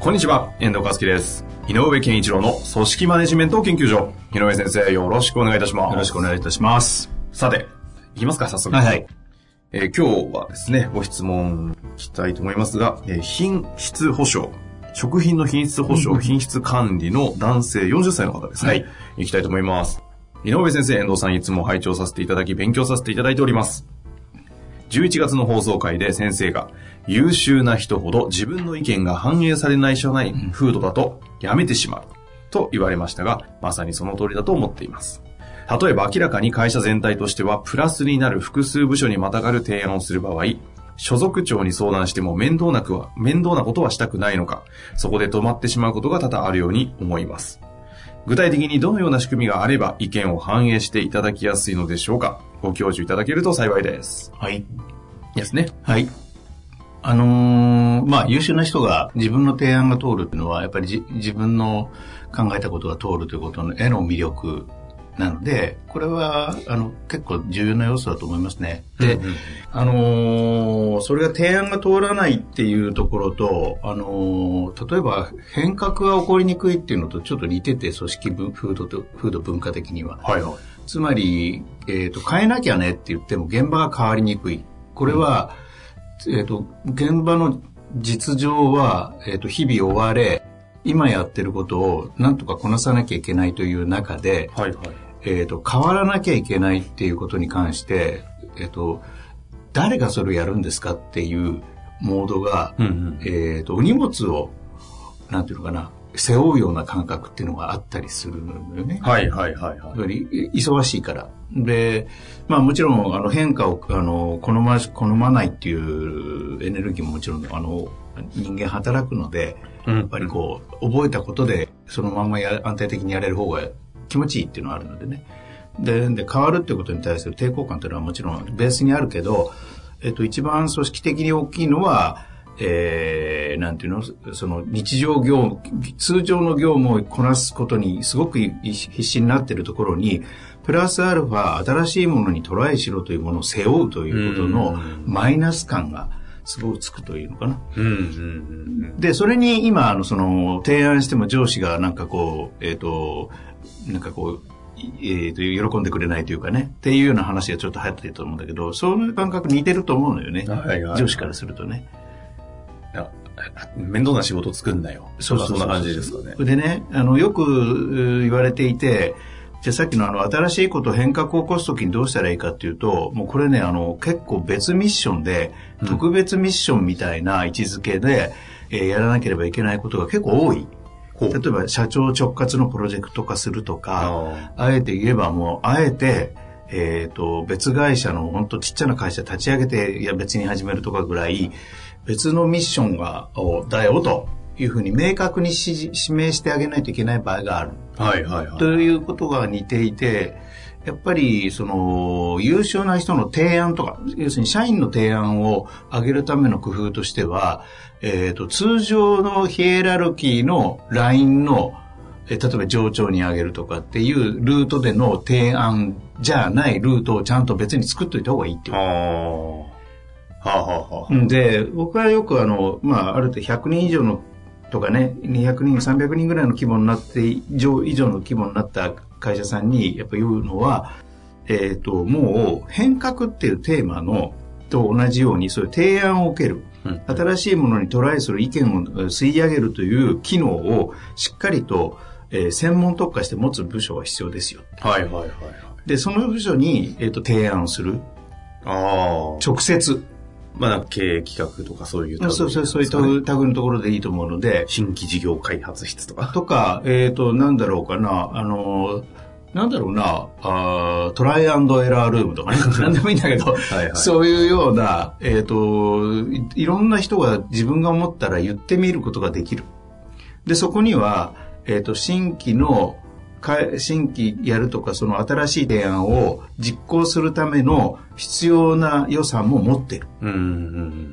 こんにちは、遠藤和樹です。井上健一郎の組織マネジメント研究所。井上先生、よろしくお願いいたします。よろしくお願いいたします。さて、いきますか、早速。はいはい。えー今日はですね、ご質問聞きたいと思いますが、えー品質保証。食品の品質保証、品質管理の男性40歳の方ですね。はい。きたいと思います。井上先生、遠藤さん、いつも拝聴させていただき、勉強させていただいております。11月の放送会で先生が、優秀な人ほど自分の意見が反映されない社内風土だとやめてしまう。と言われましたが、まさにその通りだと思っています。例えば明らかに会社全体としてはプラスになる複数部署にまたがる提案をする場合、所属長に相談しても面倒なくは、面倒なことはしたくないのか、そこで止まってしまうことが多々あるように思います。具体的にどのような仕組みがあれば意見を反映していただきやすいのでしょうかご教授いただけると幸いです。はい。ですね。はい。あのーまあ、優秀な人が自分の提案が通るっていうのは、やっぱりじ自分の考えたことが通るということのへの魅力なので、これは、あの、結構重要な要素だと思いますね。で、あのーそれが提案が通らないっていうところと、あのー例えば変革が起こりにくいっていうのとちょっと似てて、組織ぶ風土と、風土文化的には。はいはい。つまり、えっと変えなきゃねって言っても現場が変わりにくいこれは、えっと現場の実情は、えっと日々追われ今やってることをなんとかこなさなきゃいけないという中で、はいはい。えっと変わらなきゃいけないっていうことに関して、えっと誰がそれをやるんですかっていうモードが、うんうん。えっとお荷物をなんていうのかな背負うような感覚っていうのがあったりするんだよね。はいはいはいはやっぱり忙しいから。で、まあもちろんあの変化をあの好まし好まないっていうエネルギーももちろんあの人間働くので、い。うんやっぱりこう覚えたことでそのまんまや安定的にやれる方が気持ちいいっていうのはあるのでね。で、で変わるっていうことに対する抵抗感というのはもちろんベースにあるけど、えっと一番組織的に大きいのは、えー、なんていうのその日常業務、通常の業務をこなすことにすごくい必死になっているところに、プラスアルファ新しいものにトライしろというものを背負うということのマイナス感がすごくつくというのかな。うんうんで、それに今、あの、その、提案しても上司がなんかこう、えっ、と、なんかこう、いえーと、喜んでくれないというかね、っていうような話がちょっと入ってると思うんだけど、そういう感覚似てると思うのよね。はいはい上司からするとね。うんあ。面倒な仕事作んなよ。そんな感じですかね。でね、あの、よくう言われていて、じゃあさっきのあの、新しいこと変革を起こすときにどうしたらいいかっていうと、もうこれね、あの、結構別ミッションで、特別ミッションみたいな位置づけで、えーやらなければいけないことが結構多い。こ例えば社長直轄のプロジェクト化するとか、ああえて言えばもう、あえて、えっ、と、別会社の本当ちっちゃな会社立ち上げて、いや別に始めるとかぐらい、別のミッションが、をだよというふうに明確に指示指名してあげないといけない場合がある。あ。はいはいはい。ということが似ていて、やっぱり、その、優秀な人の提案とか、要するに社員の提案を上げるための工夫としては、えっ、と、通常のヒエラルキーのラインの、えー例えば上長に上げるとかっていうルートでの提案じゃないルートをちゃんと別に作っといた方がいいっていうあ。あ。はあ、はあはあ、で、僕はよくあの、まあ、ある程度100人以上のとかね、200人、300人ぐらいの規模になって、以上以上の規模になった会社さんに、やっぱ言うのは、えっ、と、もう変革っていうテーマの、と同じように、そういう提案を受ける。うん新しいものにトライする意見をえー吸い上げるという機能をしっかりと、えー専門特化して持つ部署が必要ですよ。はいはいはいはい。で、その部署に、えっ、と、提案をする。ああ。直接。まあ、なんか経営企画とかそういう類ですかそうね。そう、そういった類のところでいいと思うので、新規事業開発室とか。とか、えっ、と、なんだろうかな、あの、なんだろうな、あートライアンドエラールームとか ね、なんでもいいんだけはど、いはいそういうような、えっ、とい、いろんな人が自分が思ったら言ってみることができる。で、そこには、えっ、と、新規の、か新規やるとか、その新しい提案を実行するための必要な予算も持ってる。うん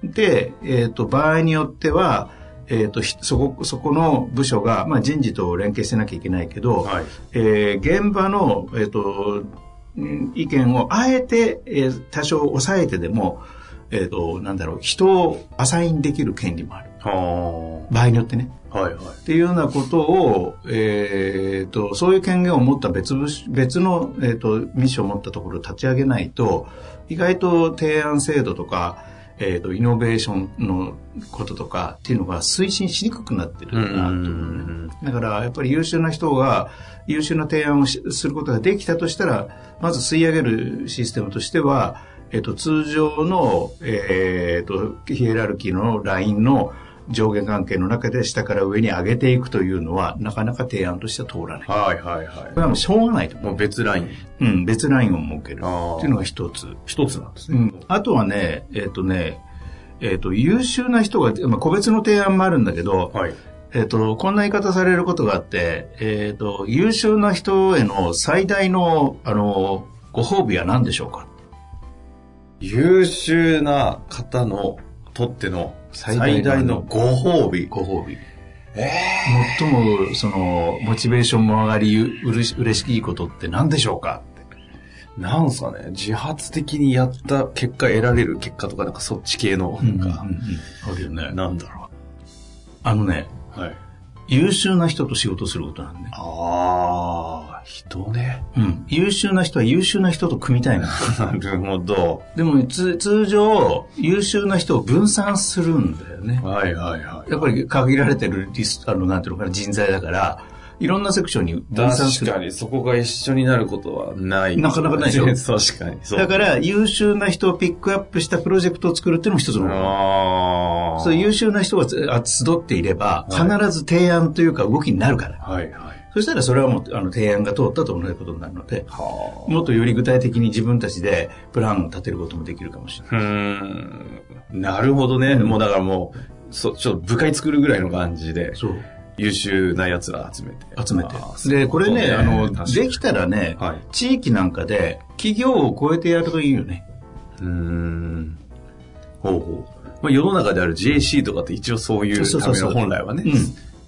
うんで、えっ、と、場合によっては、えっ、と、ひそこ、そこの部署が、まあ、人事と連携してなきゃいけないけうど、ん。はい。えー現場の、えー、とうん意見をあえて、えー多少抑えてでも、えー、となんだろう人をアサインできる権利もあるは場合によってねあ。はいはい。っていうようなことを、えー、とそういう権限を持った別部署別の、えー、とミッションを持ったところを立ち上げないと意外と提案制度とか、えー、とイノベーションのこととかっていうのが推進しにくくなってるなと思うね。うんだからやっぱり優秀な人が優秀な提案をしすることができたとしたらまず吸い上げるシステムとしては、えっと、通常の、えーえっとヒエラルキーのラインの上下関係の中で下から上に上げていくというのはなかなか提案としては通らない。こはいはいはれはもうしょうがないとい。思もう別ライン。う。うん、別ラインを設けるあーっていうのが一つ。一つなんですうね。ん、あとはね、えっ、とね、えっ、と、優秀な人が、まあ、個別の提案もあるんだけど、はい。えっ、と、こんな言い方されることがあって、えっ、と、優秀な人への最大の、あの、ご褒美は何でしょうか優秀な方の、とっての最最大の大のご褒美。ご褒美。最も、その、モチベーションも上がり、うれし、嬉しいことって何でしょうかなんすかね、自発的にやった結果得られる結果とか、なんかそっち系の、なんか、あるよね。なんだろあのね、う。はい。優秀な人と仕事することなんで。ああ、人ね。うん。優秀な人は優秀な人と組みたいな。なるほど。でも、つ通常、優秀な人を分散するんだよね。はいはいはい。やっぱり限られてるリスあの、なんていうのかな、人材だから、いろんなセクションに分散す確るか。に、そこが一緒になることはない。なかなかないでし ょ確かに。そうだから、優秀な人をピックアップしたプロジェクトを作るっていうのも一つの。ああ。そう優秀な人がつあ集っていれば、必ず提案というか動きになるから。はいはい。そしたらそれはもう、あの、提案が通ったと同じことになるので、はもっとより具体的に自分たちでプランを立てることもできるかもしれない。あ。うーん。なるほどね。もうだからもう、そ、ちょっと部会作るぐらいの感じで、そう。優秀な奴ら集めて。集めてあー。で、これね、あの、できた。たらね、はい地域なんかで企業を超えてやるといいよね。うーん。ほうほう。まあ、世の中である JC とかって一応そういうそうたそうめそのう本来はねうん、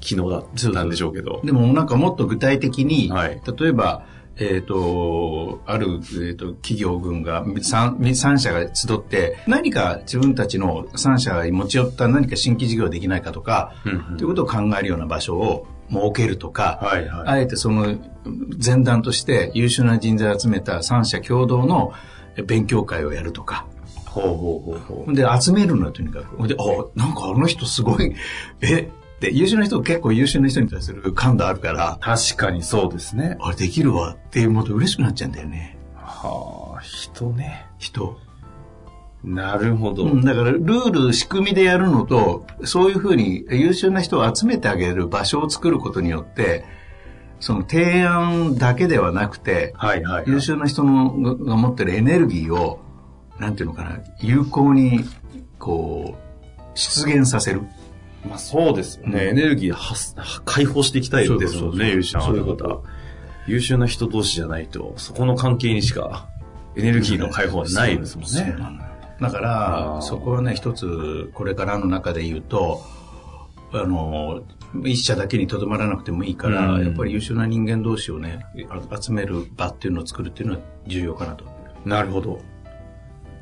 機能だったんでしょうけど。でもなんかもっと具体的に、はい例えば、えっ、と、ある、えー、と企業群が3、3社が集って、何か自分たちの3社が持ち寄った何か新規事業できないかとか、うんうんということを考えるような場所を設けるとか、はいはいあえてその前段として優秀な人材を集めた3社共同の勉強会をやるとか、ほうほうほうほほんで、集めるのよ、とにかく。ほんで、あ、なんかあの人すごい、えって、優秀な人、結構優秀な人に対する感度あるから、確かにそうですね。あれできるわっていうもっと嬉しくなっちゃうんだよね。はあ、人ね。人。なるほど。うん、だから、ルール、仕組みでやるのと、そういうふうに優秀な人を集めてあげる場所を作ることによって、その提案だけではなくて、はいはい、優秀な人のがが持ってるエネルギーを、なんていうのかな、有効に、こう、出現させる。まあそうですよね。うんエネルギー発解放していきたいですもんね、そう優秀なそ方うそうそういうこ々は。優秀な人同士じゃないと、そこの関係にしかエネルギーの解放はないですもんそうね。なのよだかあーら、そこはね、一つ、これからの中で言うと、あの、一社だけにとどまらなくてもいいから、うんやっぱり優秀な人間同士をね、あ集める場っていうのを作るっていうのは重要かなと。なるほど。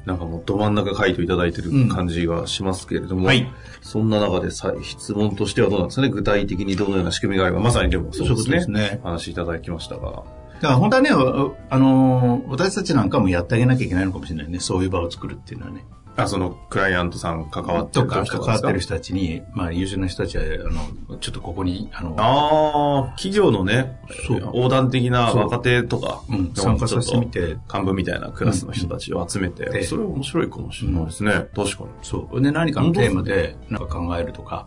なんかもうど真ん中回答いただいてる感じがしますけれども、んはいそんな中でさ質問としてはどうなんですかね具体的にどのような仕組みがあれば、まさにでもそうですね。そうですね話いただきましたが。だから本当はね、ああの、私たちなんかもやってあげなきゃいけないのかもしれないね。そういう場を作るっていうのはね。あ、そのクライアントさん関わってとるか、時と関かでわっすかてる人たちに、まあ、優秀な人たちは、あの、ちょっとここに、あの、ああ、企業のね、そう横断的なそう若手とか、うん参加させてみてちょっと幹部みたいなクラスの人たちを集めて、んでそれ面白いかもしれないですね。確かに。そう。で、何かのテーマで、なんか考えるとか、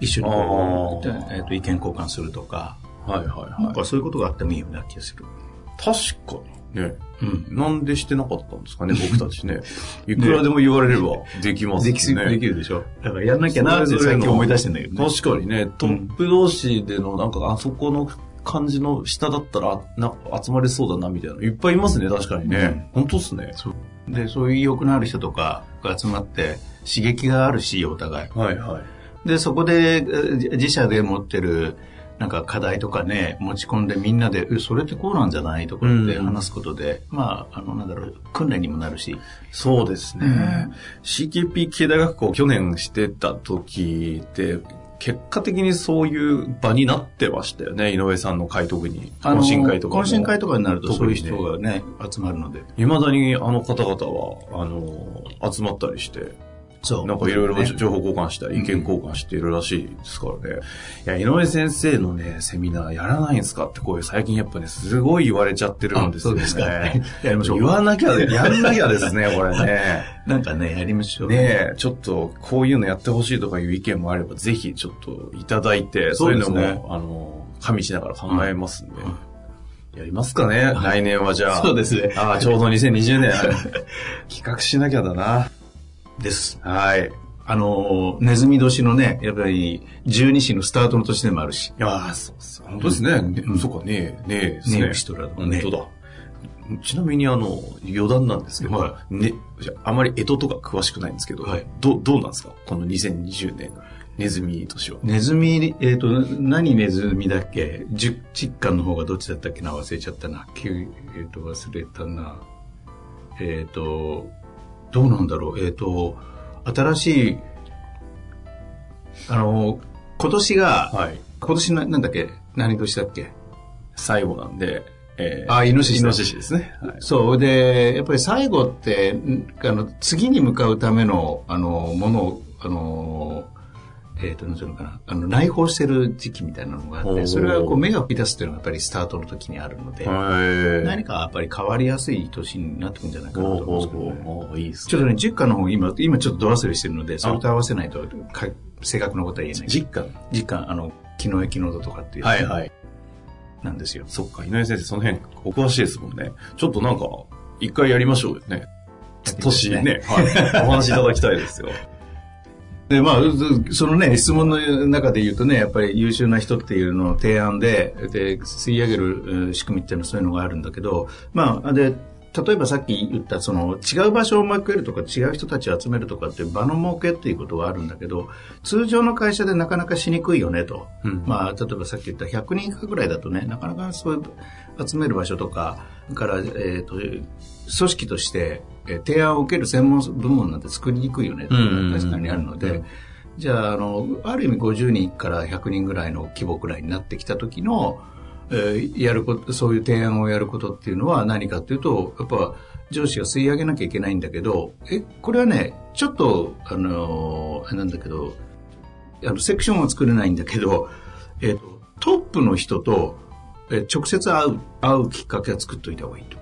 一緒にこうあーえっと意見交換するとか、はいはいなんはい。かそういうことがあってもいいような気がする。確かにね。うん。なんでしてなかったんですか ね、僕たちね。いくらでも言われればできますね。できすできるでしょ。だからやんなきゃなってそれぞれ最の近思い出してんだけどね。確かにね、トップ同士での、なんか、あそこの感じの下だったら、な集まれそうだな、みたいな。いっぱいいますね、確かにね。本当っすね。で、そういう意欲のある人とかが集まって、刺激があるし、お互い。はいはい。で、そこで、えーじ自社で持ってる、なんか課題とかね、持ち込んでみんなで、えそれってこうなんじゃないとかってうん話すことで、まあ、あの、なんだろう、訓練にもなるし。そうですね。CKP 経済学校を去年してた時って、結果的にそういう場になってましたよね、井上さんの会特に。あの懇親会とかも。懇親会とかになると、そういう特にね人がね、集まるので。いまだにあの方々は、あの、集まったりして、そなんかいろいろね情報交換したり、意見交換しているらしいですからね。いや、井上先生のね、セミナーやらないんですかってこういう最近やっぱね、すごい言われちゃってるんですよね。あそうですか やりましょう言わなきゃ、やんなきゃですね、これ ね。なんかね、やりましょう。ねえ、ちょっとこういうのやってほしいとかいう意見もあれば、ぜひちょっといただいて、そそういううでのすねも、あの、加味しながら考えますんで。やりますかね、来年はじゃあ。そうですねああ、ちょうど2020年。企画しなきゃだな。です。はい。いあの、ネズミ年のね、やっぱり、十二支のスタートの年でもあるし。やあそうそう。本当ですね。ねうんそうかね、ねえですね。ねえ、ピストラの本ね当。だ。ちなみにあの、余談なんですけど、はね、じゃああまり江戸とか詳しくないんですけど、はいどうどうなんですかこの2020年、ネズミ年は。ネズミ、えっ、と、何ネズミだっけ十実感の方がどっちだったっけな忘れちゃったな。きゅえっ、と、忘れたな。えっ、と、どうなんだろう。えっ、と、新しい、あの、今年が、はい。今年な、なんだっけ何年だっけ最後なんで、えあイノシシイだノシシですね。はい。そう。で、やっぱり最後って、んあの、次に向かうための、あの、ものを、あの、えっ、と、なんていうのかな、あの、内包してる時期みたいなのがあっおーて、それがこう、目が吹き出すっていうのがやっぱりスタートの時にあるので、何何かやっぱり変わりやすい年になってくるんじゃないかなと思うんですけどね。おいいですちょっね。とね、10巻の方、今、今ちょっとド忘れしてるので、それと合わせないと、か正確なことは言えない。実家10巻、あの、昨日、昨日だとかっていう、はいはい。なんですよ。そっか、井上先生、その辺、お詳しいですもんね。ちょっとなんか、一回やりましょうよね。年ね。 はい。お話いただきたいですよ。で、まあ、ずそのね、質問の中で言うとね、やっぱり優秀な人っていうのを提案で、で、吸い上げるうん仕組みっていうのはそういうのがあるんだけど、まあ、で、例えばさっき言った、その、違う場所を設けるとか、違う人たちを集めるとかっていう場の設けっていうことはあるんだけど、通常の会社でなかなかしにくいよねと。うんまあ、例えばさっき言った100人以下ぐらいだとね、なかなかそういう集める場所とか、から、えっ、と、組織として、えー提案を受ける専門部門なんて作りにくいよね、うんうんうん確かにあるので、じゃあ、あの、ある意味50人から100人ぐらいの規模ぐらいになってきた時の、えーやること、そういう提案をやることっていうのは何かっていうと、やっぱ上司が吸い上げなきゃいけないんだけど、え、これはね、ちょっと、あのーあれなんだけど、あの、セクションは作れないんだけど、えっ、と、トップの人と、えー直接会う、会うきっかけは作っといた方がいいと。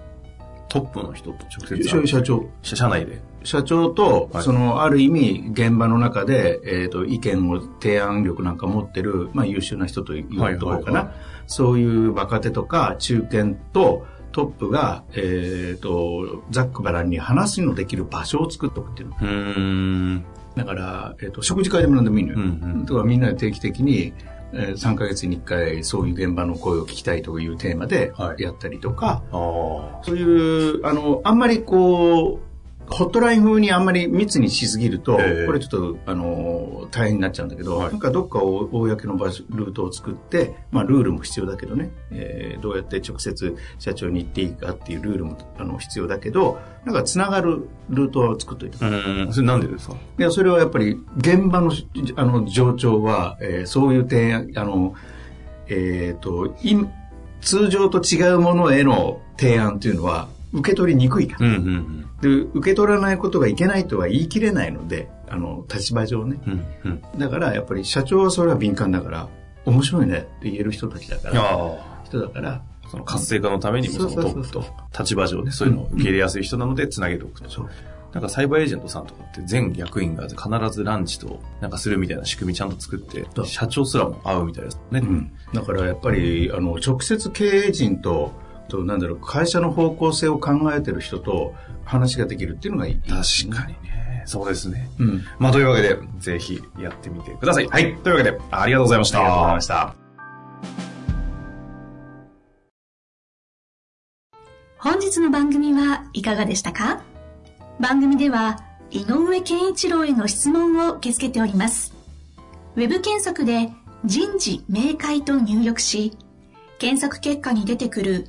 トップの人と直接会社う。社長、社社内で。社長と、はいその、ある意味、現場の中で、えっ、と、意見を、提案力なんか持ってる、まあ、優秀な人というはいところかな、はいはそういう若手とか、中堅と、トップが、えっ、と、ざっくばらんに話のできる場所を作っとくっていうの。うーん。だから、えっ、と、食事会でも何でもいいのよ。うんうんとか、みんなで定期的に、えー3ヶ月に1回、そういう現場の声を聞きたいというテーマではいやったりとか、あそういう、あの、あんまりこう、ホットライン風にあんまり密にしすぎると、ええこれちょっと、あの、大変になっちゃうんだけど、はいなんかどっかを公の場所、ルートを作って、まあ、ルールも必要だけどね、えーどうやって直接社長に行っていいかっていうルールも、あの、必要だけど、なんかつながるルートを作っといてあ。うーん。それなんでですかいや、それはやっぱり現場のあの上長は、えーそういう提案、あの、えっ、と、い通常と違うものへの提案というのは受け取りにくいからうんうんで、受け取らないことがいけないとは言い切れないので、あの、立場上ね。うん。うんうん。だからやっぱり社長はそれは敏感だから、面白いねって言える人たちだから、あ人だから、あ。その活性化のためにもそのそうトそうそッうプそうと立場上でそういうのを受け入れやすい人なのでつなげておくと。そう。なんかサイバーエージェントさんとかって全役員が必ずランチとなんかするみたいな仕組みちゃんと作って、社長すらも会うみたいですね。うん、だからやっぱりあの直接経営陣ととなんだろう会社の方向性を考えてる人と話ができるっていうのがいい確かにね。そうですね。うんまあ、というわけで、ぜひやってみてください。はい。というわけで、ありがとうございました。ありがとうございました本日の番組はいかがでしたか番組では井上健一郎への質問を受け付けております。ウェブ検索で人事明快と入力し、検索結果に出てくる